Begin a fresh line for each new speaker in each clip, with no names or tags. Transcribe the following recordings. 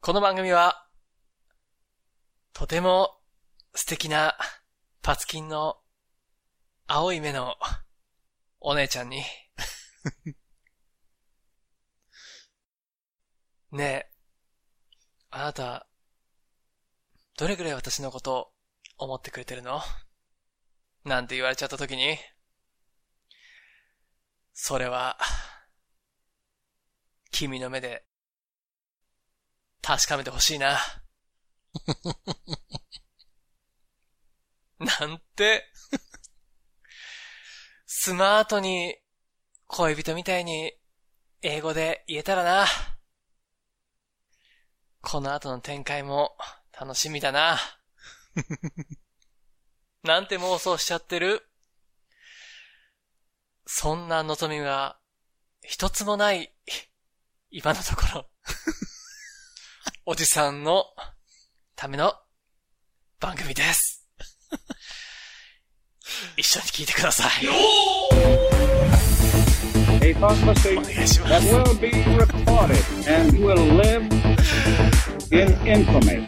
この番組は、とても素敵なパツキンの青い目のお姉ちゃんに、ねえ、あなた、どれくらい私のこと思ってくれてるのなんて言われちゃった時に、それは、君の目で確かめてほしいな。 なんて、スマートに恋人みたいに英語で言えたらな。この後の展開も楽しみだな。なんて妄想しちゃってるそんな望みが一つもない今のところ。おじさんのための番組です。一緒に聞いてください。
a prophecy
お願いしま
that
す。
will be recorded and will live in infamy.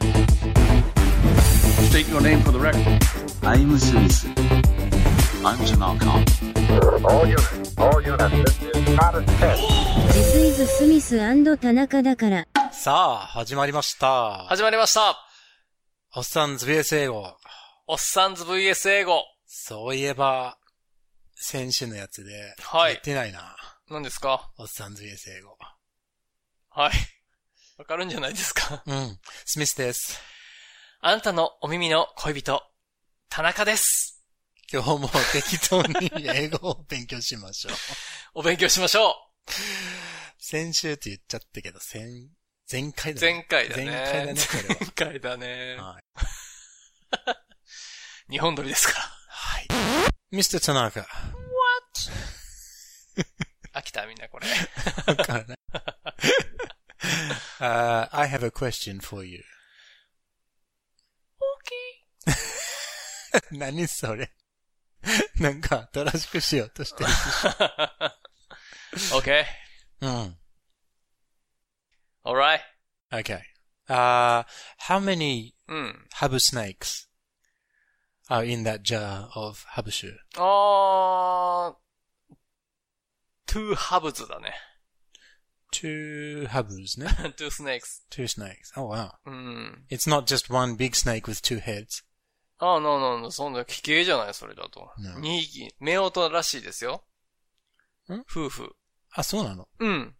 State your name for the record.
I'm Smith. I'm Tanaka.
All units, all units. This is not a test.
ジスイズ・スミス田中だから。
さあ、始まりました。
始まりました。
おっさんズ VS 英語。
おっさんず VS 英語。
そういえば、先週のやつで、
はい
言ってないな。
何ですか
おっさんズ VS 英語。
はい。わかるんじゃないですか。
うん。スミスです。
あなたのお耳の恋人、田中です。
今日も適当に英語を勉強し ましょう。
お勉強しましょ
先週って言っちゃったけど、先、前回
う。
だ
前
ね。
回だね。
前回だ
前回だね。
ね、これは。は
日本鳥ですか
はい。Mr. Tanaka。
ら。飽きたみんなこれ。
わからない。Uh, I have a question for you. 何それなんか新しくしよう としてる。
Okay.
うん。
Alright.
Okay. Uh, how many
うん。
habu snakes are in that jar of habushu?
あー、two hubs だね。
Two habus, no?
two snakes.
two snakes. Oh wow.
うん。
It's not just one big snake with two heads.
ああ、no, no, no. そんな、奇形じゃない、それだと。
No.
二匹、目音らしいですよ。
ん
夫婦。
あ、そうなの
うん。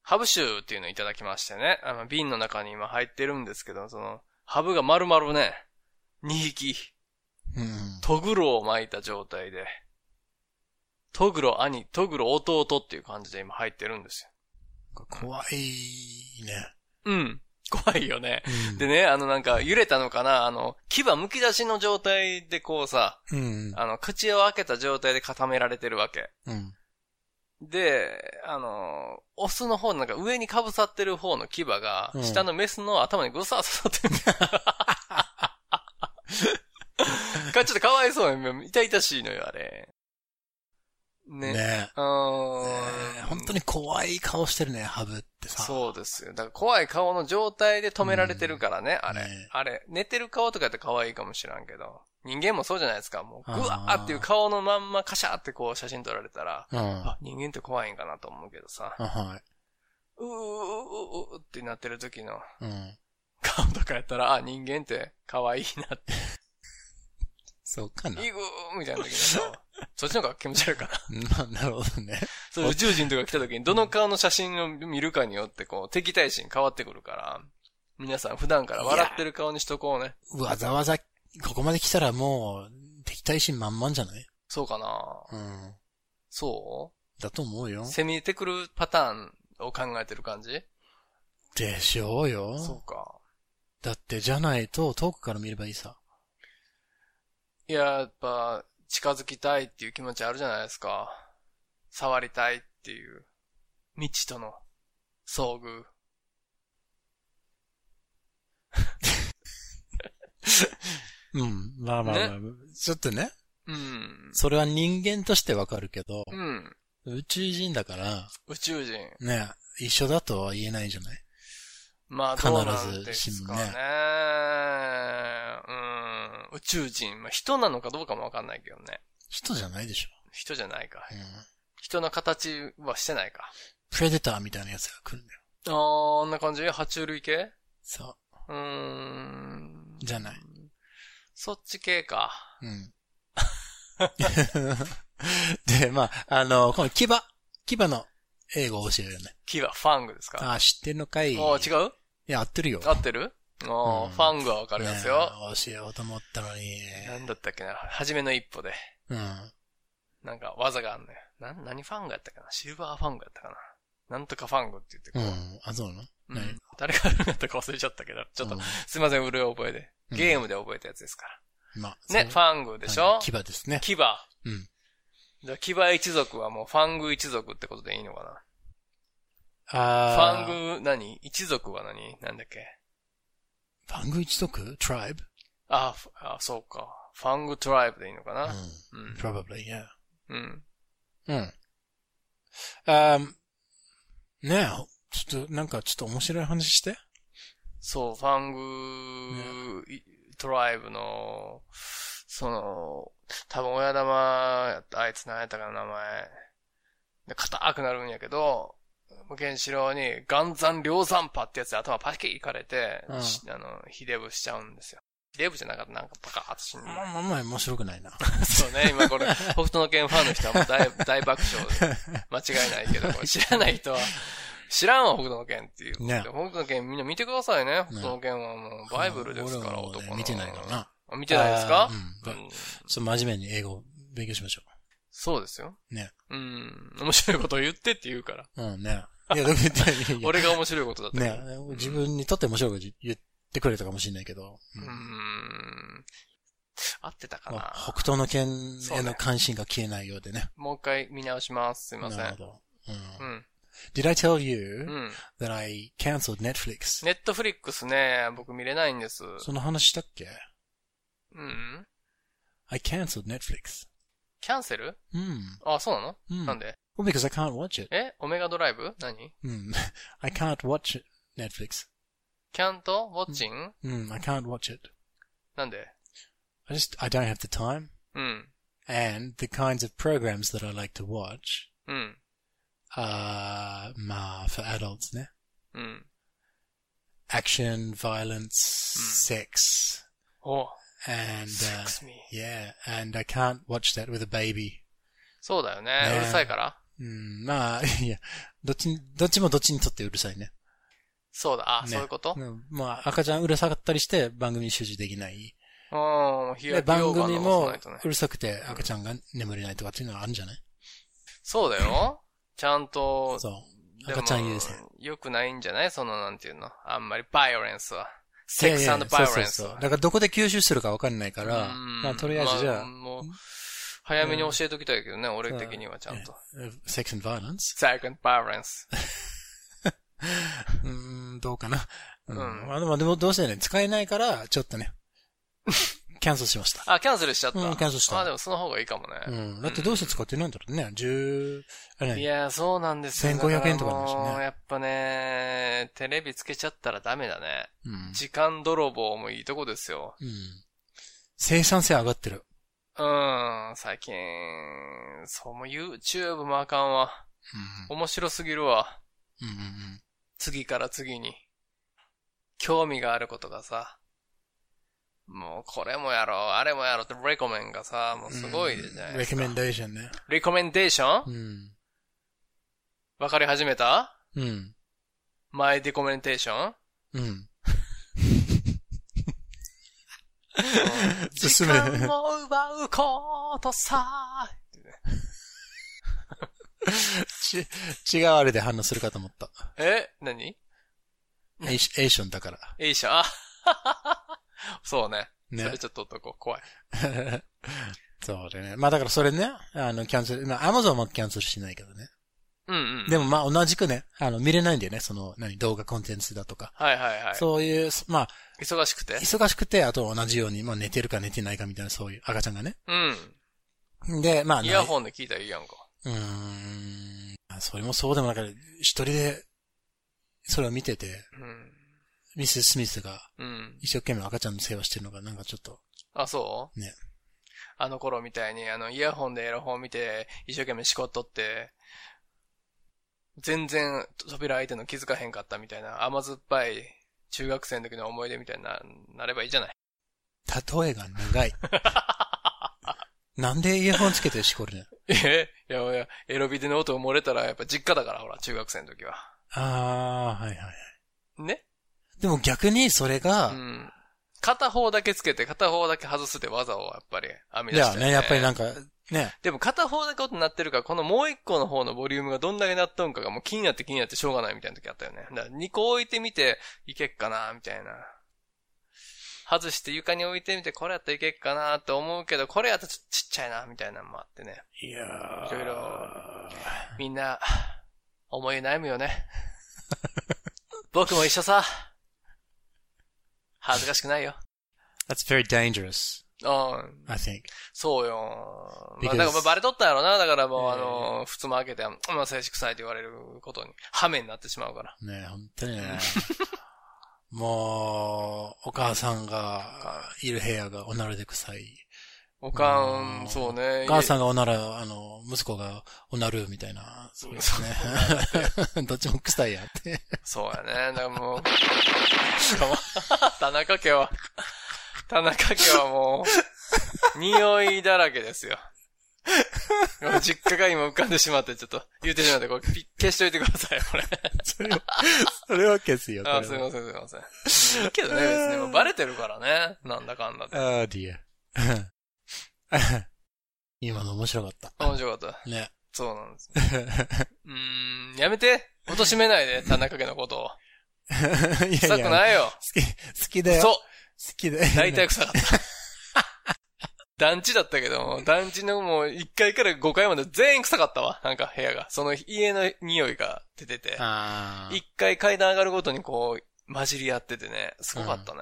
ハブ酒っていうのをいただきましてね。あの、瓶の中に今入ってるんですけど、その、ハブが丸々ね、2匹、
うん。
トグロを巻いた状態で、トグロ兄、トグロ弟っていう感じで今入ってるんです
怖いね。
よ。うん。怖いよね。
うん
でね、あのなんか揺れたのかなあの、牙剥き出しの状態でこうさ、
うん。
あの、口を開けた状態で固められてるわけ。
うん。
で、あの、オスの方、なんか上にかぶさってる方の牙が、
うん
下のメスの頭にぐさー刺さってる。か、ちょっとかわいそうや。痛々しいのよ、あれ。ね。
ね
うーん、
えー本当に怖い顔してるね、ハブってさ。
そうですよ。だから怖い顔の状態で止められてるからね、あれ。
ね
あれ、寝てる顔とかやって可愛いかもしらんけど。人間もそうじゃないですか。もう、ぐわーっていう顔のまんまカシャーってこう写真撮られたら、
うん。
あ、人間って怖いんかなと思うけどさ。
あは
うーうーうーうーってなってる時の
い。うん。
顔とかやったら、あ、人間って可愛いなって、
そうかな。
いぐーみたいな時の 顔。そっちの方が気持ち悪いかな。
な、 なるほどね。
そう宇宙人とか来た時に、どの顔の写真を見るかによって、こう、敵対心変わってくるから、皆さん普段から笑ってる顔にしとこうね。
わざわざ、ここまで来たらもう、敵対心満々じゃない
そうかな
うん。
そ
だと思う
う
よ。
攻めてくるパターンを考えてる感じ
でしょうよ。
そうか。
だって、じゃないと、遠くから見ればいいさ。
いや、やっぱ、近づきたいっていう気持ちあるじゃないですか。触りたいっていう。未知との遭遇。
うん。まあまあまあ、ちょっとね、
うん。
それは人間としてわかるけど、
うん。
宇宙人だから、
宇宙人。
ね、一緒だとは言えないじゃない
うん。まあ、
必ず
どうなんですかね。
新
うん。宇宙人。まあ、人なのかどうかもわかんないけどね。
人じゃないでしょ。
人じゃないか
う。ん。
人の形はしてないか。
プレデターみたいなやつが来るんだよ。
あー、あんな感じ爬虫類系
そう
ーん
う。。じゃない。
そっち系か。
うん。で、まあ、あの、この牙。牙の英語を教えるよね。
木はファングですか
ああ、知ってんのかい。
おー、
う。
違う
いや、合ってるよ。
合ってるおー、
うん
ファングはわかりますよ。
ねえ教えようと思ったのに。
なんだったっけな。初めの一歩で。
うん。
なんか技があんのよ。な、何ファングやったかなシルバーファングやったかななんとかファングって言ってこ
う
う。
ん。あ、そうなの
うん
ね
誰がやるんだったか忘れちゃったけど、ちょっと、
うん
すいません、うるい覚えで。
うん
ゲームで覚えたやつですか
まあ。
ら。ね、フ
ン
ァングでしょ
牙ですね。
牙。
うん。
じゃあ、牙一族はもうファング一族ってことでいいのかな
あ
フ
グ。
ァング何一族は何なんだっけ
ファング一族 ?tribe?
あふあ、そうか。ファングトライブでいいのかな
う。
うんん。
probably, yeah.
うん。
うん。あーねえ、ちょっと、なんかちょっと面白い話して。
そう、ファング、いトライブの、その、多分親玉やった、あいつ何やったかな、名前。で、硬くなるんやけど、ケンシロウに、岩山両山波ってやつで頭パキッいかれて、
うん
しあの、ひでぶしちゃうんですよ。ひでぶじゃなかった、なんかパカーッと死んで
ま。あまあまあ面白くないな。
そうね、今 これ、北斗の剣ファンの人はもう大大爆笑で、間違いない けど、これ知らない人は、知らんわ、北斗の剣っていうことで。
ね
北斗の剣みんな見てくださいね、北斗の剣はもうバイブルですから、
俺もね
男の。
見てないからな。
あ。見てないですか
あーうん
うん
ちょっと真面目に英語勉強しましょ
そうですよ。
ね。
うん、面白いことを言ってって言うから。
う。うん、ねえ。いや、でも言ってないいやいや
俺が面白いことだったけど
ねえ、自分にとって面白いこと言ってくれたかもしれないけど。う
うんん。合ってたか
まあ
な。
北東の剣
そう
へ
ね
の関心が消えないようでね。
もう一回見直します。すいませ
なる
ん
ほ。ど。
う
うん
ん。
Did I tell
う
you
ん。
that I cancelled Netflix?
ネットフリックスね、僕見れないんです。
その話したっけ
うん。
?I cancelled Netflix.
キャンセル
うん。
あ、そうなの、
うん
なんで
Well, because I can't watch it.
えオメガドライブ何
うん。I can't watch it. Netflix.
キャントウォッチン
うん。I can't watch it.
なんで
I just, I don't have the time.
うん。
And the kinds of programs that I like to watch
うん。
are, まあ、for adults ね。
うん。
Action, violence, sex,
お
and, uh,
Sex me.
yeah, and I can't watch that with a baby. Hmm.
そうだよね
ねえ
うるさいから
うん、 まあ、いや、どっちに、どっちもどっちにとってうるさいね。
そうだ。あ、
ね
そういうことうん。
んまあ、赤ちゃんうるさかったりして番組に集中できない。
日
で、
焼け
番
用具
組も
ないとね
う。るさくて赤ちゃんが眠れないとかっていうのはあるんじゃない
そうだ よ。ちゃんと、
そう。
でも
赤ちゃん優先。
よくないんじゃないその、なんていうのあんまり、バイオレンスは。セック
い
ス
やいや
バイオレンス
そうそうそう
は
だ。からどこで吸収するかわかんないから、
うん
まあ、とりあえずじゃあ、
もう、早めに教えときたいけどね、俺的にはちゃんと。
sex and violence?
セックスバイオレンス。
うーん、どうかな。うん。
うん
まあでも、でもどうせね、使えないから、ちょっとね、キャンセルしました。
あ、キャンセルしちゃった。
うんキャンセルした
あ、でもその方がいいかもね。
うん。だってどうして使ってないんだろうね。十、あれ
い
ね、
やー、そうなんですよ。
1500円
だ
と
ら
かなんですね
もうやっぱね、テレビつけちゃったらダメだね。
うん。
時間泥棒もいいとこですよ。
うん。生産性上がってる。
うん、最近、そうもう YouTube もあかんわ。面白すぎるわ。
うん。うん。うん
次から次に。興味があることがさ、もうこれもやろう、あれもやろうって、レコメンがさ、もうすごいじゃない
レ
です
コ
か。
メンデーションね。
レコメンデーション
うん。
わかり始めた
うん。
マイデコメンテーション
うん。
時
進め
間を奪うことさ。
ち、違うあれで反応するかと思った。
え何
エイシエーションだから。
エイシャあそうね。
ね
それちょっと男怖い。
そうだね。まあだからそれね、あの、キャンセル、まあ Amazon もキャンセルしないけどね。
うんうん。
でもまあ同じくね、あの、見れないんだよね。その、何、動画コンテンツだとか。
はいはいはい。
そういう、そまあ、
忙しくて
忙しくて、あと同じように、まあ寝てるか寝てないかみたいな、そういう赤ちゃんがね。
うん。
で、まあ、
イヤ
ン。
ホンで聞いたらいいやんか。
うーん。それもそうでもなんか、一人で、それを見てて、
うん。
ミス・スミスが
うん。
一生懸命赤ちゃんの世話してるのがなんかちょっと、
あ、そう
ね。
あの頃みたいに、あの、イヤホンでエロ本見て、一生懸命しこっとって、全然扉開いてんの気づかへんかったみたいな、甘酸っぱい中学生の時の思い出みたいにな、なればいいじゃない。
例えが長 い。なんでイヤホンつけてしこるの
え いやいや、エロビデの音漏れたら、やっぱ実家だから、ほら、中学生の時は。
あー、はいはいはい。
ね
でも逆にそれ
う
が、
ん。片方だけつけて、片方だけ外すって技をやっぱり編み
い
出し
や
て、
ね、やっぱりなんか、ね、
でも片方だけ音鳴ってるから、このもう一個の方のボリュームがどんだけ鳴っとんかがもう気になって気になってしょうがないみたいな時あったよね。だから2個置いてみて、いけっかな、みたいな。外して床に置いてみて、これやったらいけっかなと思うけど、これやったらちょっとちっちゃいな、みたいなのもあってね。
いや
いろいろみんな、思い悩むよね。 僕も一緒さ。恥ずかしくないよ。
That's very dangerous,
うん。
I think.
そうよ。まあ、
Because-
だからまあバレとったやろな。だからもう、
ええ
あの、普通も開けて、まあ、静止臭いと言われることに、ハメになってしまうから。
ね、本当にね。 もう、お母さんがいる部屋がおならで臭い。
おか
うん
ん、そうね。
お母さ
ん。
んがおなら、あの、息子がおなるみたいな。そうですね。 どっちも臭いやって。
そうやね。だからも う、しかも、田中家は、田中家はもう、匂いだらけですよ。もう実家が今浮かんでしまって、ちょっと、言ってしまって、これ、ピ消しといてください、これ。
それは、 それは消すよ。
あ、すいません、すいません。いいけどね、別に。もうバレてるからね。なんだかんだで。
ああ、ディア。 今の面白かった。
面白かった。
ね。
そうなん です。うーん、やめて。貶としめないで、田中家のことを。
いや
臭くないよ。
好き、好きだよ。
そう
好きだよ。
大体臭かった。団地だったけども、団地のもう1階から5階まで全員臭かったわ。なんか部屋が。その家の匂いが出てて。
あー
1階階段上がるごとにこう、混じり合っててね。すごかったね。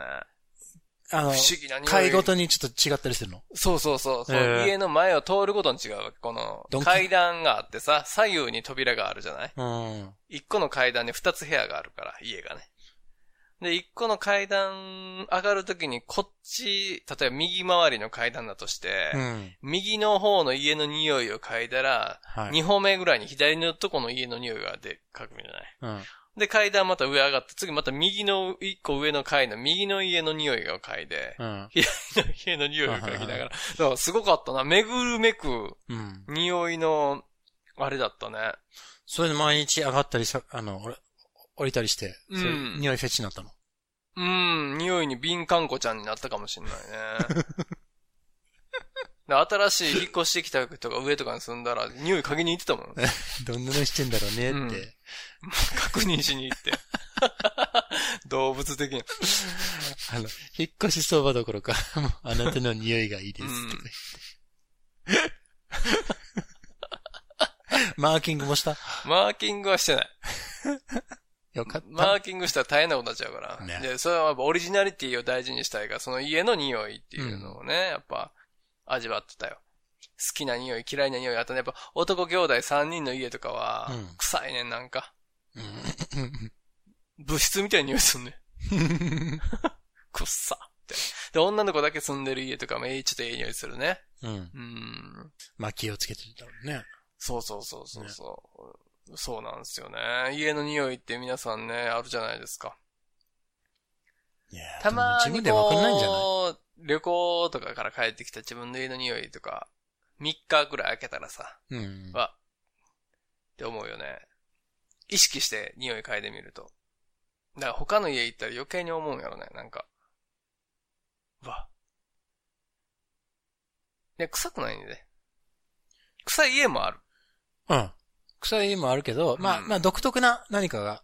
あ
不
の
思、議な匂い。
会ごとにちょっと違ったりするの
そうそうそうそう、
えー
家の前を通るごとに違うわ。この
ドン、キ
階段があってさ、左右に扉があるじゃない
うん。
一個の階段に二つ部屋があるから、家がね。で、一個の階段上がるときに、こっち、例えば右回りの階段だとして、
うん。
右の方の家の匂いを嗅いだら、
はい。
二歩目ぐらいに左のとこの家の匂いがで、かくじゃない。
うん。
で、階段また上上がって、次また右の一個上の階の右の家の匂いを嗅いで、
うん。
左の家の匂いを嗅ぎながら、だからすごかったな。巡るめく
うん。
匂いの、あれだったね。
それで毎日上がったりさ、あの、おれ降りたりして、
うん
それ匂いフェチになったの。
うん、匂いに敏感子ちゃんになったかもしんない ね。で新しい引っ越してきた人が上とかに住んだら、匂い嗅ぎに行ってたもん。
どんなのしてんだろうね
うん
って。
確認しに行って。 動物的に。
あの、引っ越し相場どころか、 もうあなたの匂いがいいですとか言って。 マーキングもした
マーキングはしてない。
よかった。
マーキングしたら大変なことになっちゃうから。
ね
で、それはやっぱオリジナリティを大事にしたいから、その家の匂いっていうのをね、やっぱ味わってたよ。好きな匂い、嫌いな匂い。あとね、やっぱ男兄弟3人の家とかは
うん、
臭いねん、なんか。
うん
物質みたいな匂いすんねん。くっさって。で、女の子だけ住んでる家とかも、ええ、ちょっとええ匂いするね。
うん。
うん。
まあ気をつけてたろうね。
そうそうそうそうそう。そうなんですよね。家の匂いって皆さんね、あるじゃないですか。
いやー
たま
でも自
に
分でわかんないんじゃない
こう、旅行とかから帰ってきた自分の家の匂いとか、3日くらい開けたらさ、
うん。
わ、って思うよね。意識して匂い嗅いでみると。だから他の家行ったら余計に思うんやろね、なんか。わ。ね、臭くないんで、ね。臭い家もある。
うん。臭いもあるけど、まあ、
うん
まあ独特な何かが、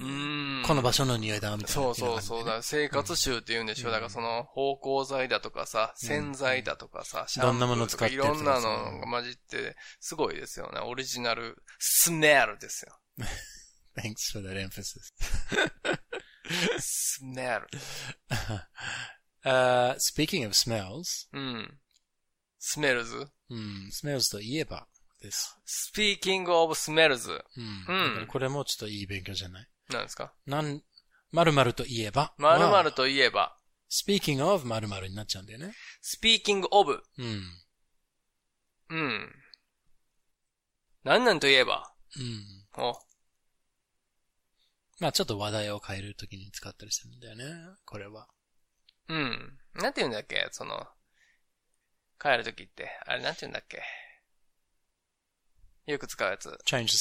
うーん。
この場所の匂いだ、みたいな。
そうそうそう。だから生活臭って言うんでしょ、
うん
だからその、芳香剤だとかさ、洗剤だとかさ、シャンプーとか
どんなもの使って
い
るとか
ろ
さ
んなのが混じって、すごいですよね。オリジナル、スメルですよ。
Thanks for that emphasis.
スメル。
Uh, speaking of smells,
うん。スメルズ
うん、smells といえばです。
?speaking of smells
うん。
うん
だからこれもちょっといい勉強じゃない
なんですか
なん、 〇〇といえば。
〇
は
〇といえば、
speaking of 〇〇になっちゃうんだよね。
speaking of。
うん。
うん。なんなんといえば。
うん。
お。
まあちょっと話題を変えるときに使ったりするんだよね。これは。
うん。なんて言うんだっけその、帰るときって。あれなんて言うんだっけよく使うやつ。
change the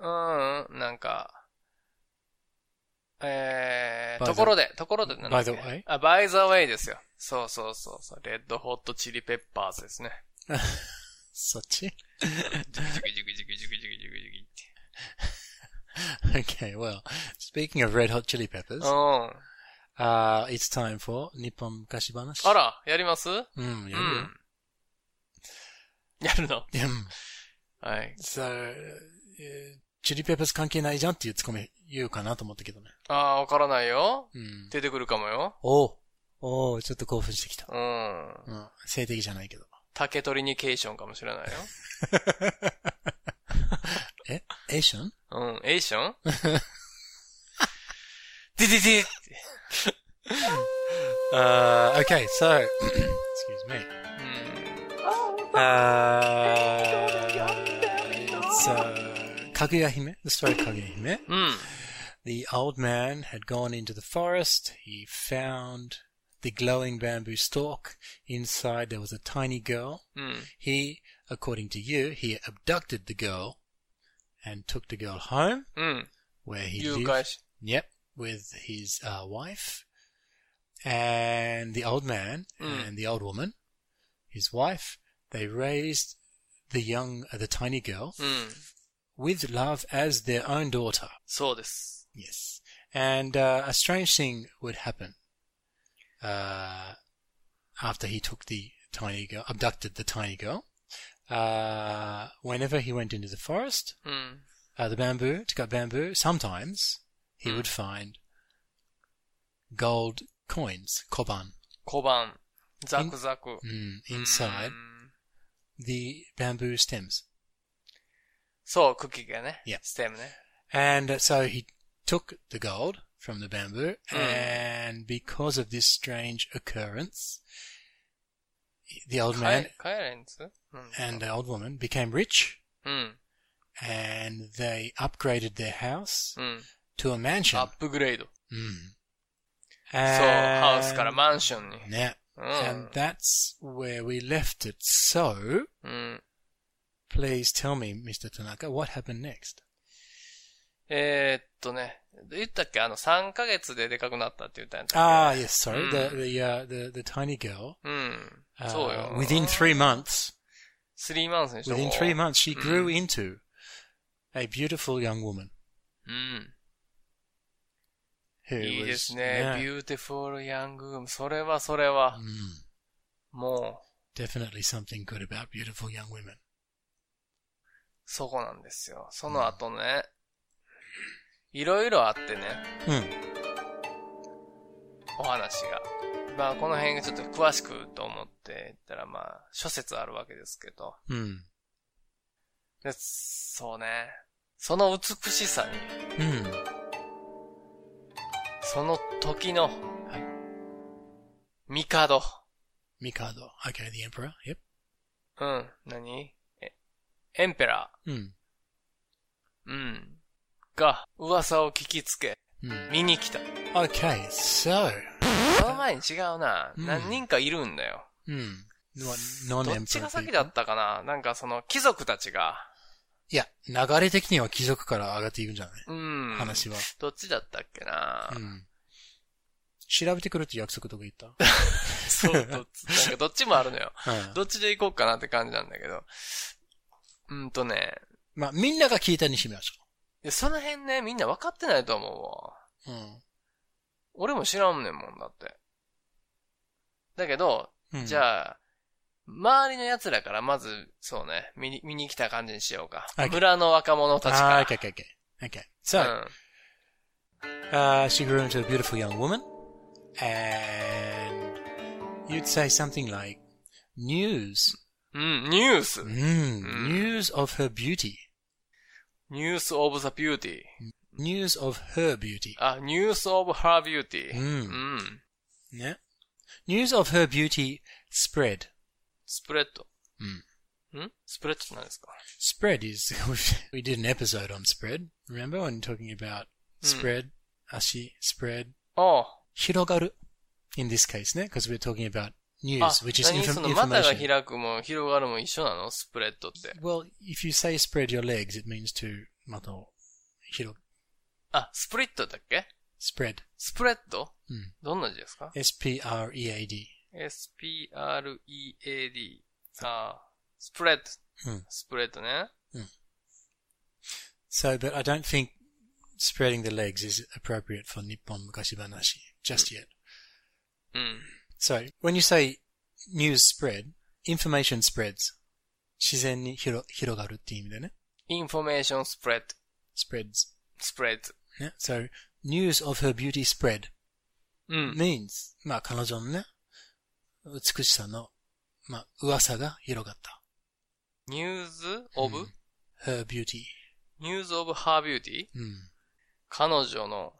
subject.
うん、なんか、え
By
ー、
the-
ところで、ところでなんだっけ
By the way？
あ、by the way ですよ。そうそうそうそう。レッドホットチリペッパーズですね。
そっ
ジ
ち
ュクジュクジュクジュクジュクジュクジュクジュクって。
?Okay, well, speaking of red hot chili peppers,
うん。あ
uh, it's time for 日本昔話。
ら、やりますう
うん、やるよ
ん。やるの
うん。
はい。
さあ、えーチリペッパーズ関係ないじゃんっていうツッコミ言うかなと思ったけどね。
ああ、わからないよ。
うん。
出てくるかもよ。
おうおうちょっと興奮してきた。
うん。
うん。性的じゃないけど。
竹取りニケーションかもしれないよ。
えエーション
うん、エーションディディディ
Uh, okay, so, excuse me. Uh, it's, uh, Kaguya Hime, the story of Kaguya Hime.
うん。うん。
The old man had gone into the forest. He found the glowing bamboo stalk. Inside there was a tiny girl.
うん。
He, according to you, he abducted the girl and took the girl home
うん。
where he
誘
lived.
拐し。
Yep, with his uh, wife and the old man
Mm.
and the old woman, his wife. They raised the young, uh, the tiny girl,
うん。
with love as their own daughter.
そうです。
Yes, and uh, a strange thing would happen uh, after he took the tiny girl, abducted the tiny girl. Uh, whenever he went into the forest,
うん。
uh, the bamboo, to cut bamboo, sometimes he
Hmm.
would find gold coins, koban,
小判。ザクザク。
mm, inside
うん。
the bamboo stems.
そう、クッキーがね。
Yeah.
ステムね。
And uh, so he took the gold from the bamboo,
Hmm.
and because of this strange occurrence, the old
帰
man
れ、帰れんつうん。
and the old woman became rich,
うん。
and they upgraded their house
うん。
to a mansion.
アップグレード。
Mm.
そう、
And-
ハウスからマンションに。
Yeah.
う
And
ん。
that's where we left it. So,
うん。
please tell me, Mr. Tanaka, what happened next?
えーっとね。言ったっけあの、3ヶ月ででかくなったって言ったやん。
Ah, yes, sorry. The
Mm.
the uh, the the tiny girl.
うん。
uh,
そうよ。
within three months,
3 months にしとこう
within three months, she
Mm.
grew into a beautiful young woman
うん。
who
いいで
was
すね。
yeah,
beautiful young woman. それはそれは、
mm,
もう、
definitely something good about beautiful young women.
そこなんですよ。その後ね、いろいろあってね、
Mm.
お話が。まあ、この辺がちょっと詳しくと思って言ったら、まあ、諸説あるわけですけど。
Mm.
でそうね。その美しさに、
Mm.
その時の、帝。
Mikado. Okay, the emperor. Yep.
うん、何えエンペラ
Mm.
ー。うん。が、噂を聞きつけ、
Mm.
見に来た。
Okay, so,
その前に違うな。
うん
何人かいるんだよ。
mm, what
ど
non-emperor
っちが
people?
先だったかななんかその貴族たちが、
いや、流れ的には貴族から上がっていくんじゃない、
うん。
話は。
どっちだったっけな、
うん。調べてくるって約束とか言った、
そう、どっち、なんかどっちもあるのよ。
うん、
どっちで行こうかなって感じなんだけど。うんとね、
まあ、みんなが聞いたにしまし
いやその辺ね、みんな分かってないと思うわ。
ょう。うん。
俺も知らんねんもんだって。だけど、
うん、
じゃあ、周りの奴らからまず、そうね、見に、見に来た感じにしようか。
Okay
村の若者たちから。
あ、okay, okay, okay. Okay. So,、uh, she grew into a beautiful young woman, and you'd say something like, news,
うん。うん、ニュース。
mm, news of her beauty.
ニュースオブザビューティー。
News of her beauty.
あ、news of her beauty.
うん
うん。
Yeah. News of her beauty spread.
スプレッド。
うん。
んスプレッドって何ですか
Spread is, we did an episode on spread, remember, when talking about spread, ashi, spread,
ああ。
hirogaru, in this case, ne? Because we're talking about
あ
news, which is
何
inf-
その股が
information.
開くも広がるも一緒なのスプレッドって。
Well, if you say spread your legs, it means to, mato, hiro,
あ、スプリットだっけ
spread.
スプレッド
うん。
どんな字ですか
S-P-R-E-A-D.
?s-p-r-e-a-d。ああ、スプレッド。
うん
スプレッドね。
So, but I don't think spreading the legs is appropriate for Nippon Mukashibanashi just yet.
うん。
So, when you say news spread, information spreads. 自然に広広がるって意味だよね。
インフォメーションスプレッド。
spreads.
スプレッド。
ね So, news of her beauty spread
うん。
means, まあ彼女のね、美しさの、まあ噂が広がった。
ニューズオブ
her beauty. Hmm.
ニューズオブハービューティー
うん。
彼女の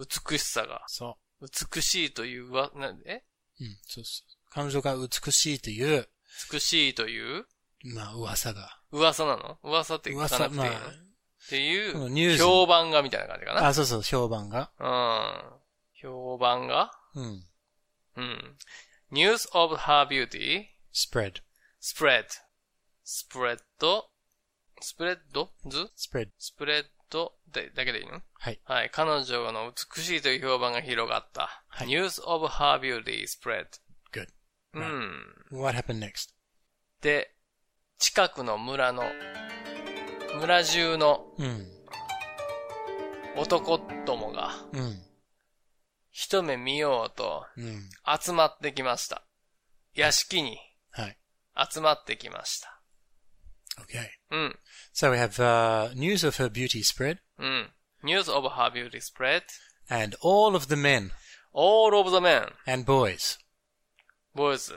美しさが、
そ
美しいというわ、な、え
う。うん、そうそう。Hmm. 彼女が美しいという、
美しいという
まあ噂が。
噂なの噂って聞かな
噂、
くていいの、
まあ、
ってい
このニュー
う、
ス
評判がみたいな感じかな。
あ、そうそう、評判が。
うん。評判が
うん。
うん。news of her beauty
spread,
spread. spread, spread, ず
spread.
spread で、だけでいいの
はい。
はい。彼女の美しいという評判が広がった。
はい
news of her beauty spread.
Good.
うん。
What happened next?
で、近くの村の、村中の
うん。
男どもが
うん。
一目見ようと
うん。
集まってきました。屋敷に
はい。
集まってきました。
Okay.
うん。
So we have uh, news of her beauty spread,
うん。News of her beauty spread.
and all of the men
All of the men,
and boys
boys,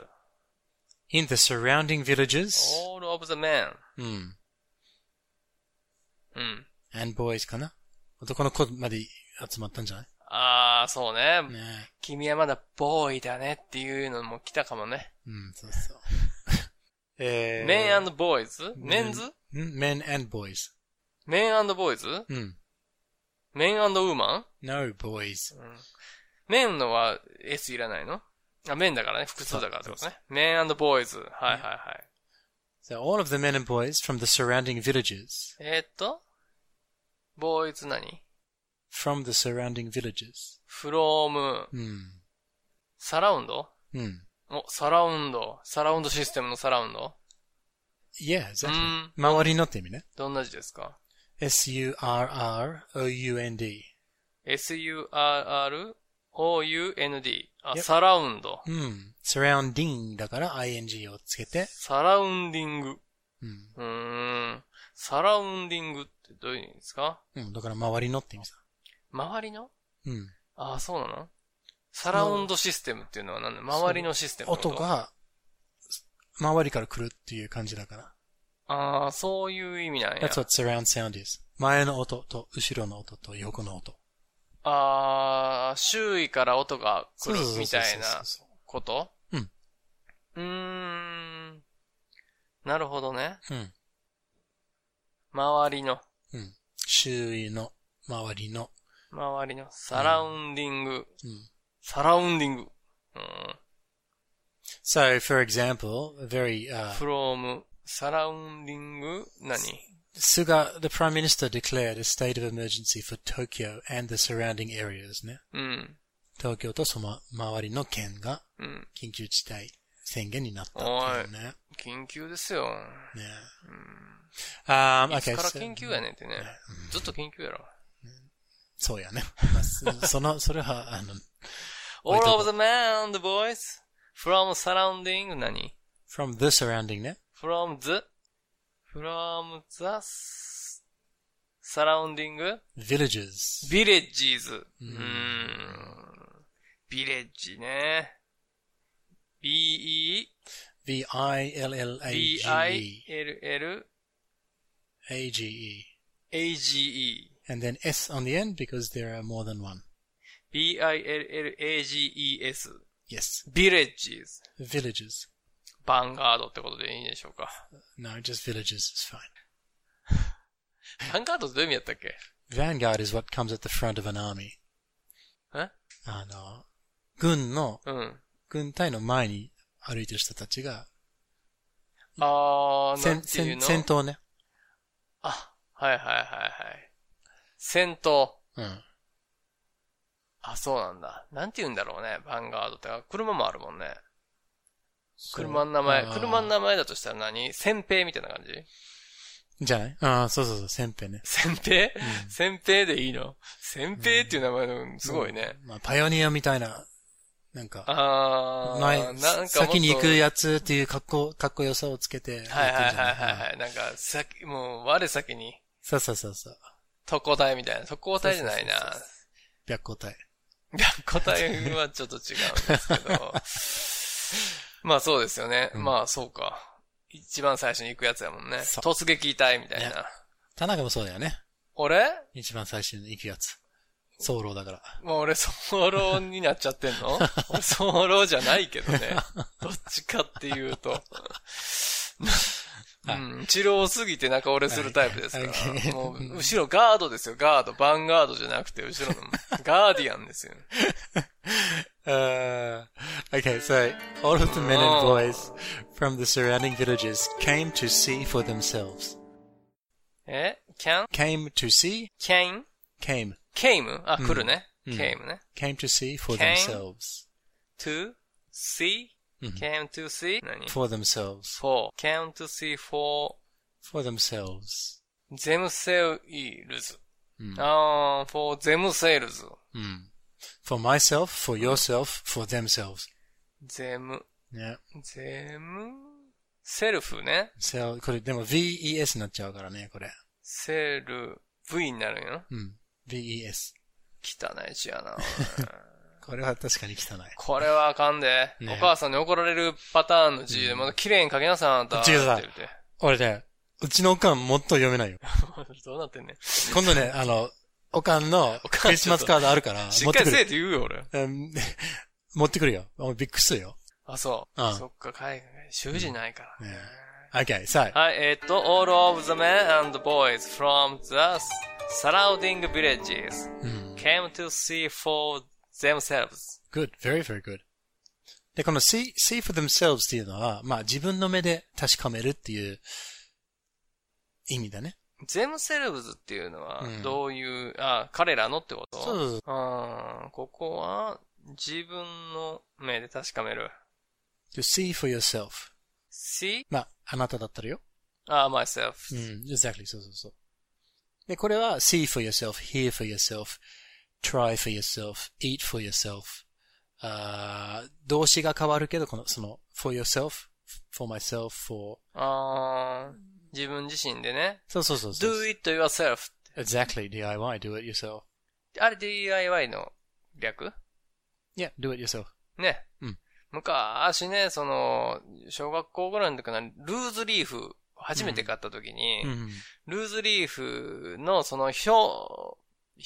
in the surrounding villages
all of the men.
うん
うん。
and boys かな男の子まで集まったんじゃない
あー、そうね。
ね
君はまだボーイだねっていうのも来たかもね。
えうん、そう そう。えー、
men and boys? メンズ
Eh, hmm, men and boys.
?men and boys?
うん。
men and woman?
No boys.
men のは s いらないのあ、men だからね。複数だからってことね。men and boys. はいはいはい。
So all of the men and boys from the surrounding villages,
えーっと、boys 何
from the surrounding villages. Hmm.
?from,
うん。
サラウンド
うん。
お、サラウンド。サラウンドシステムのサラウンド
Yeah, exactly.
うん
周りのって意味ね。
どんな字ですか
s-u-r-r-o-u-n-d.
?surround. あ、
Yep
サラウンド。
うん。surrounding だから ing をつけて、
サラウンディング。
うん。
うーん。サラウンディングってどういう意味ですか
うん。だから周りのって意味さ。
周りの
うん。
ああ、そうなのサラウンドシステムっていうのは何だ周りのシステムのこと
音。が、周りから来るっていう感じだから。
ああ、そういう意味なんや。
That's what surround sound is. 前の音と後ろの音と横の音。
ああ、周囲から音が来る
そうそうそうそう
みたいなこと
うん。
うーん。なるほどね。
うん。
周りの、
うん。周囲の、周りの。
周りの、サラウンディング。
うん
サラウンディング。うん。
So, for example, a very, uh,
from, サラウンディング、何
Suga, the Prime Minister declared a state of emergency for Tokyo and the surrounding areas ね。
うん。
東京とその周りの県が
うん。
緊急事態宣言になったっていうね。
緊急ですよ。
ね。Um,
いつ
okay,
から
so-
緊急やねんってね。ずっと緊急やろ。
そうやね。まあそその、それは、あの、置い
all
とこ
of the men and the boys, from surrounding, 何
from the surrounding ね。
from the, from the, s- surrounding
villages.
villages. う
うん
ーん。ビレッジね。b, e, b, i,
E. V-I-L-L-A-G-E.
l, l,
A-G-E.
a, g, e.
and then S on the end because there are more than one.
B-I-L-L-A-G-E-S。
Yes.
villages。
Villages.
バンガードってことでいいんでしょうか。
No, just villages is fine.
バンガードってどういう意味やったっけ
Vanguard is what comes at the front of an army. Ah,
え
あの、軍の、
うん。
軍隊の前に歩いてる人たちが、
あー、なん
戦、
ていう
戦、
の
戦闘ね。
あ、はいはいはいはい。戦闘。
うん。
あ、そうなんだ。なんて言うんだろうね、バンガードって。あ車もあるもんね。
そう
車の名前。
あー
車の名前だとしたら何先兵みたいな感じ
じゃないああ、そうそうそう、先兵ね。
先兵先兵でいいの先兵っていう名前の、すごいね。
まあ、パイオニアみたいな、なんか、
あ
前、
ー、なんかもっと
先に行くやつっていう格好、格好良さをつけてやってんじゃ
はい
な
はいはい
い。
はいはい。なんか、先、もう、我先に、
そうそうそうそう。
特攻隊みたいな。特攻隊じゃないな
そうそうそう。白虎隊。
白虎隊はちょっと違うんです けど。まあそうですよね。まあそうか。一番最初に行くやつやもんね。
そう
突撃隊みたい
ね
な。
田中もそうだよね。
俺
一番最初に行くやつ。ソウロだから。
もう俺、ソロになっちゃってんの俺、ソロじゃないけ どね。どっちかっていうと。うん、治療すぎて仲折れするタイプですか
はいは
ら。
い
もう、後ろガードですよ、ガード。バンガードじゃなくて、後ろの、ガーディアンですよ。
Uh, okay, so all of the men
Oh.
and boys from the surrounding villages came to see for themselves.
え ?can?
Came to see,
can?
came,
came? あ、来るね。
うん
came ね。
came to see for
Came.
themselves.
to see?
うん
came to see? 何
For themselves.
?for. came to see for
For themselves.
themselves.
うん
あー、for themselves.
Mm. For myself, for yourself, for themselves.
them,
Yeah.
them, self ね。
So, これ、でも VES になっちゃうからね、これ。
self, v になるんよ。
うん。VES。
汚い 字やな。俺
これは確かに汚い。
これはあかんで。
ね
お母さんに怒られるパターンの字で、まだ綺麗に書けなさい、あなた。
違うさ
って言うて
俺ね、うちのおかんもっと読めないよ。
どうなってんねん。
今度 ね、あの、おかんの
かん
クリスマスカードあるから、
し
持
っ
っ
かり
てく
せえっ
る。
て言うよ、俺。
うん、 持ってくるよ。もうびっくりするよ。
あ、そう。
うん
そっか、海外、習字ないから。
ね Okay, so,
はい、えーっと、all of the men and boys from the surrounding villages came to see for themselves.
good, very, very good. で、この see, see for themselves っていうのは、まあ自分の目で確かめるっていう意味だね。
ゼムセルブズっていうのは
うん、
どういう、あ、彼らのってこと
そうそうそう
あーここは、自分の目で確かめる。
To see for yourself.
see?
まあ、あなただったらよ。
あ、myself.
ん、exactly, そうそうそう。で、これは see for yourself, hear for yourself, try for yourself, eat for yourself. あー動詞が変わるけど、この、その、for yourself, for myself, for...
あー自分自身でね。
そうそうそうそう
do it yourself.
Exactly, DIY, do it yourself.
あれ DIY の略
Yeah, do it yourself.
ね。
うん
昔ね、その、小学校ぐらいの時かな、ルーズリーフ、初めて買った時に、
うん。
ルーズリーフのその表、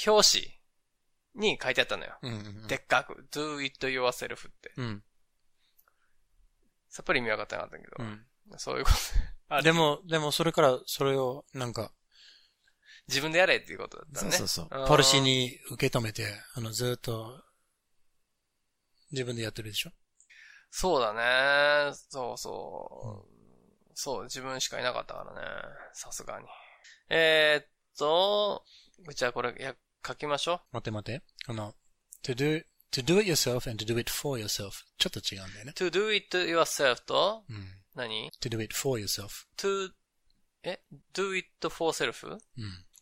表紙に書いてあったのよ。
うん。
でっかく、do it yourself って。
うん。
さっぱり意味分かってなかったけど
う。ん。
そういうこと。 あ
でも、でもそれから、それを、なんか、
自分でやれっていうことだったね。ん
ポリシー。に受け止めて、あの、ずーっと、自分でやってるでしょ
そうだね。そうそう。そう、自分しかいなかったからね。さすがに。えー、っと、じゃあこれ、いや、書きましょ
待って待って。この、to do, to do it yourself and to do it for yourself. ちょっと違うんだよね
う。。to do it yourself と、
うん。
何
to do it for yourself.
to, え do it for self?
うん。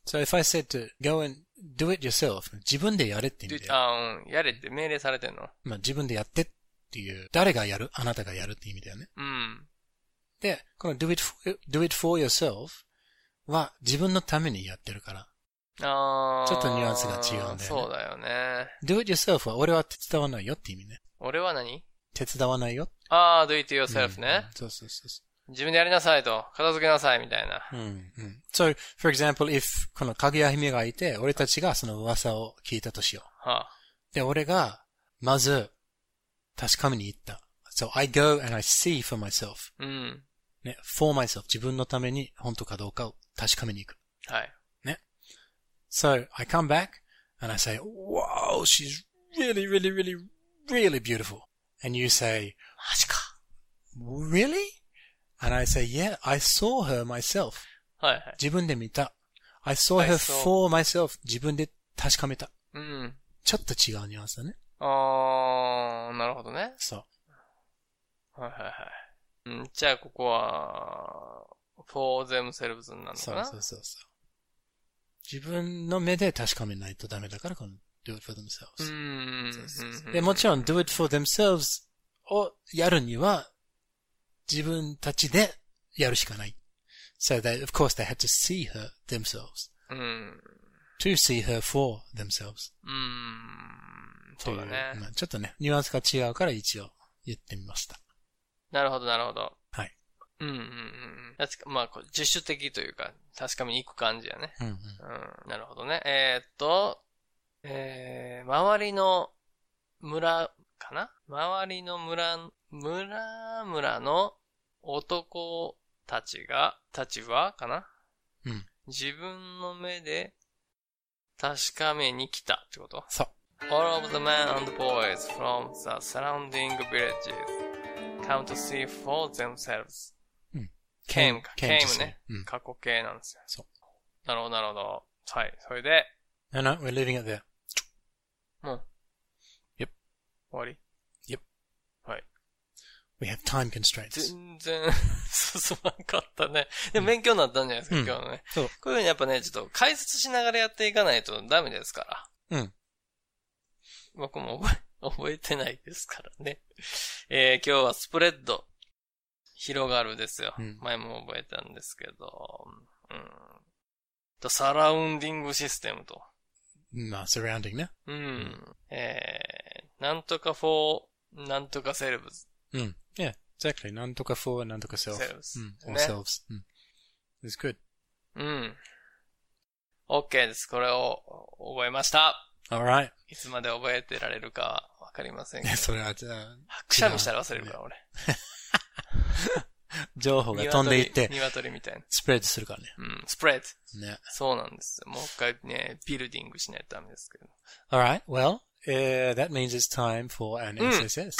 So if I said to go and do it yourself, 自分でやれって意
do
味
it,
で。
あ、うん、やれって命令されてんの
まあ自分でやってっていう、誰がやるあなたがやるって意味だよね。
うん。
で、この do it for, do it for yourself は自分のためにやってるから。
あー
ちょっとニュアンスが違うんだよね
そうだよね。
do it yourself は俺は手伝わないよって意味ね。
俺は何
手伝わないよ。
ああ、do it yourself
う
ね
ん。そうそうそうそ
自分でやりなさいと、片付けなさいみたいな。
So, for example, if このかぐや姫がいて、俺たちがその噂を聞いたとしよ
は
う。で、俺が、まず、確かめに行った。So, I go and I see for myself.
あ、うん。
ね、for myself. 自分のために本当かどうかを確かめに行く。
はい。
So, I come back and I say, wow, she's really, really, really, really beautiful. And you say,
マジか。
really? And I say, yeah, I saw her myself.
はいはい。
自分で見た。I saw
I
her
saw.
for myself. 自分で確かめた。
うん。
ちょっと違うニュアンスだね。
あー、なるほどね。
そう。
はいはいはい。うん、じゃあここは、for themselves になるの
そ
か
う
な
そうそうそう。自分の目で確かめないとダメだから、この do it for themselves。
うん
そうそうそう
うん。
で、もちろん do it for themselves をやるには、自分たちでやるしかない。So they, of course, they had to see her themselves.
うん。
To see her for themselves.
うん。そうだ
とい
ね。
まあちょっとね、ニュアンスが違うから一応言ってみました。
なるほど、なるほど。
はい。
うんうんうんうん。確か、まあ、こう自主的というか、確かめに行く感じやね。
うんうん。
うん。なるほどね。えーっと、えー、周りの村かな周りの村、村々の男たちが、たちはかな
うん。
自分の目で確かめに来たってこと
そう。
All of the men and boys from the surrounding villages come to see for themselves.
ケー
came,
ム
came ね。
うん。
過去形なんですよ。。
そう
なるほど、なるほど。はい。それで、
No, no, we're leaving it there.
もう。
Yep.
終わり
Yep.
はい。
We have time constraints.
全然 進まんかったね。でも勉強になったんじゃないですか、
うん
今日のね。
そう。
こういうふうにやっぱね、ちょっと解説しながらやっていかないとダメですから。
うん。
僕も覚え、 覚えてないですからね。えー、今日はスプレッド。広がるですよ。
うん
前も覚えたんですけど。うん。と、サラウンディングシステムと。
まあ、surrounding Mm, ね。
うん。えー、なんとか for、なんとかセレブズ。
うん。Yeah, exactly. なんとか for, なんとか self.
Selves.
うん。or
ね
selves. うん。It's good.
うん。OK です。これを覚えました。
Alright.
いつまで覚えてられるかはわかりませんけど。
それは、じゃあ
くしゃみしたら忘れるから、俺。
情報が飛んでいって、
鶏みたいな。
スプレッドするからね。
うん、スプレッド。
ね。
そうなんですよ。もう一回ね、ビルディングしないとダメですけど。
Alright, well, uh, that means it's time for an
うん
SSS.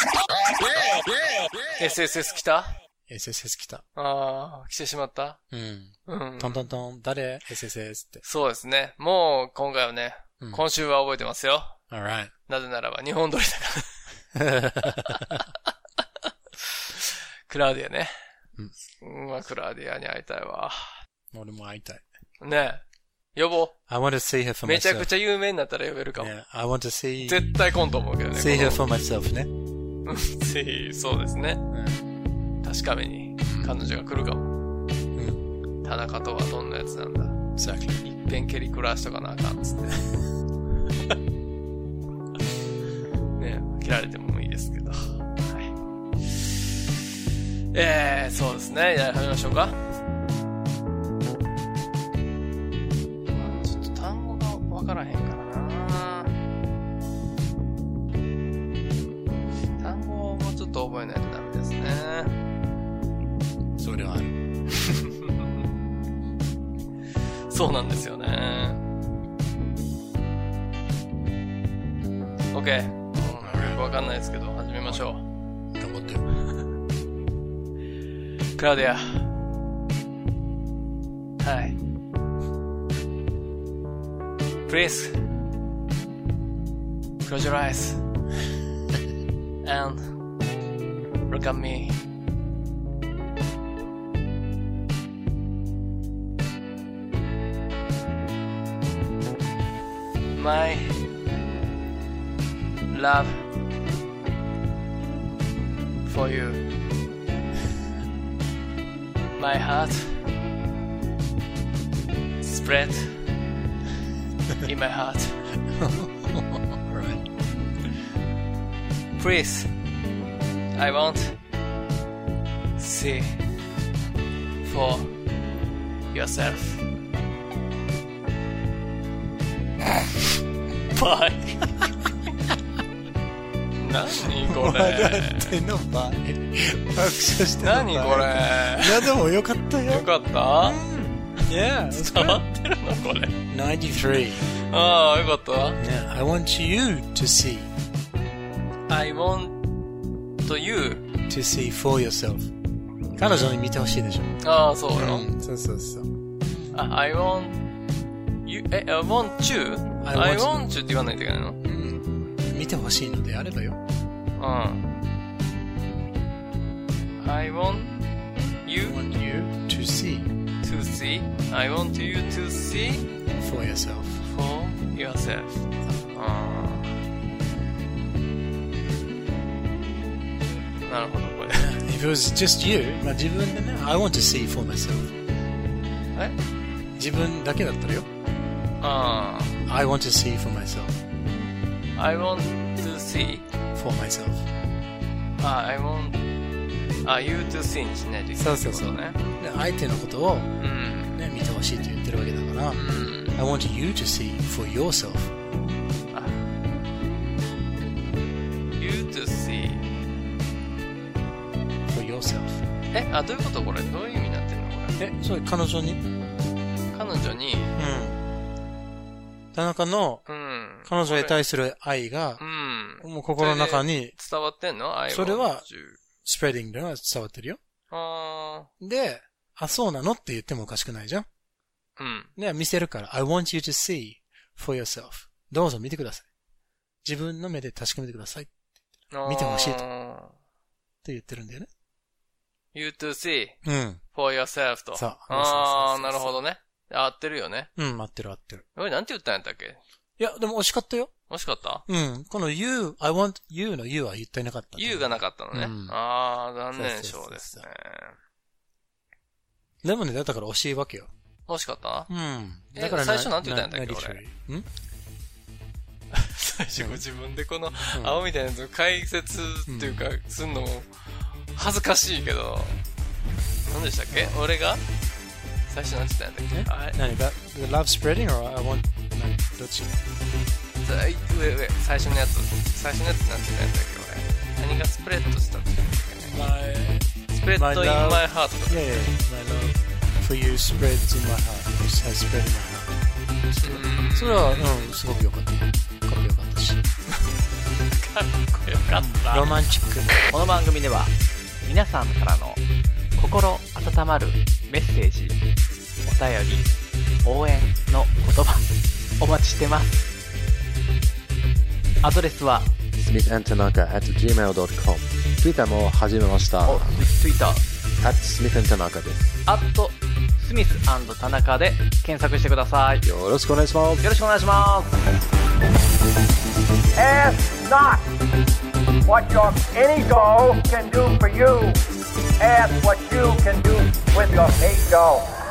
SSS 来た
SSS 来た。
あー、来てしまった
うん。
うん。
トントントン、誰 ?SSS って。
そうですね。もう、今回はね、
うん
今週は覚えてますよ。
Alright.
なぜならば、日本撮りだから。クラウディアね。うん。まあ、クラウディアに会いたいわ。
俺も会いたい。
ねえ。呼ぼ
I want to see her
う。
for myself.
めちゃくちゃ有名になったら呼べるかも。
Yeah, I want to see,
絶対来んと思うけどね。
see her
こ
for myself ね。
のぜひそうですね。確かめに、彼女が来るかも。うん。田中とはどんなやつなんだ。
Exactly.
一遍蹴り暮らしとかなあかんっつって。 ね切られてもいいですけど。はい。えー、そうですね。じゃあ始めましょうか。ちょっと単語がわからへんからな単語をもうちょっと覚えないとダメですね。
それはある。
そうなんですよね。OK。うんよくわかんないですけど、始めましょ
頑張ってよ。
う。クラウディア。はい。Please. Close your eyes. And look at me. my love for you. My heart spread in my heart.
Alright.
Please, I want see for yourself. Bye. 何こ
笑っ
れ
てんのばい。爆笑してんのば
何
い
これ
いや、でもよかったよ
よ。かった
いや、
伝わってるのこれ。
93.
ああ、よかっ
Now, I want you to see,
た ?I want you.
to see for yourself. 彼女に見てほしいでしょ。
ああ、そうよ。
ん、そうそうそう。
あ I want you, え、I want you?
I
I
want-
want, you って言わないといけないの
うん、見てほしいのであればよ。
うん。I want you
I want you to see
to see. I want you to see
for yourself.
for yourself. うん。なるほど、 これ。
If it was just you, まあ自分でね、I want to see for myself.
え
自分だけだったらよ。
あ
I want to see for myself.
あ。I want to see.
for myself.
あ、I want, あ、you to see にしないといけない。
そうそうそう
ね。
で相手のことを、
うん。
ね、見てほしいと言ってるわけだから、
うん。
I want you to see for yourself.
あ you to see.
For yourself.
え、あ、どういうことこれどういう意味になってるのこ
え、それ彼女にうん。
れ。彼女に、
田中の
うん。
彼女に対する愛が
う、ん。
もう心の中に
伝わってんの ?I want
それは
you.
スプレディングのは伝わってるよ。
あ
で、あ、そうなのって言ってもおかしくないじゃん。
ーうん。
ね、見せるから、I want you to see for yourself. どうぞ見てください。自分の目で確かめてください。って
あー
見てほしいと。言ってるんだよね。
you to see
うん。
for yourself と。あ
そうそうそうそうそう
ー、なるほどね。合ってるよね。
うん、合ってる合ってる。
おい、なんて言ったんやったっけ
いや、でも惜しかったよ。
惜しかった
うん。この you, I want you の you は言ってなかった。
?you がなかったのね。
うん
あー、残念賞ですね
そう。でもね、だから惜しいわけよ。
惜しかった
うん。
え
だから
最初なんて言ったんやったっけ
俺。ん
最初自分でこの青みたいなやつを解説っていうか、すんのも恥ずかしいけど、何でしたっけ俺が最初なんて言ったんやったっけあ
何だ ?the love spreading or I want, 何どっち
れい上上、最初のやつ、最初のやつなんて言ったんやったっけ俺。何がスプレッドしたって言ったっけね
?my,
スプレッドイン
My love
マイハートとか
yeah, yeah, my love for you spreads in my heart. has spread in my heart. それ
うん
それは、うん、すごく良かった。かっこよかっ たし。
かっこよかった。
ロマンチックな。
この番組では皆さんからの心温まるメッセージお便り応援の言葉 お待ちしてますアドレスは
smithandtanaka at gmail.com ツイッターも始めました
お Twitter
at smithandtanaka です
アットスミス田中で検索してくださいよ
よろしくお願いします
ろしくお願いします
Ask not what your any doll can do for you. Ask what you can do with your eight doll.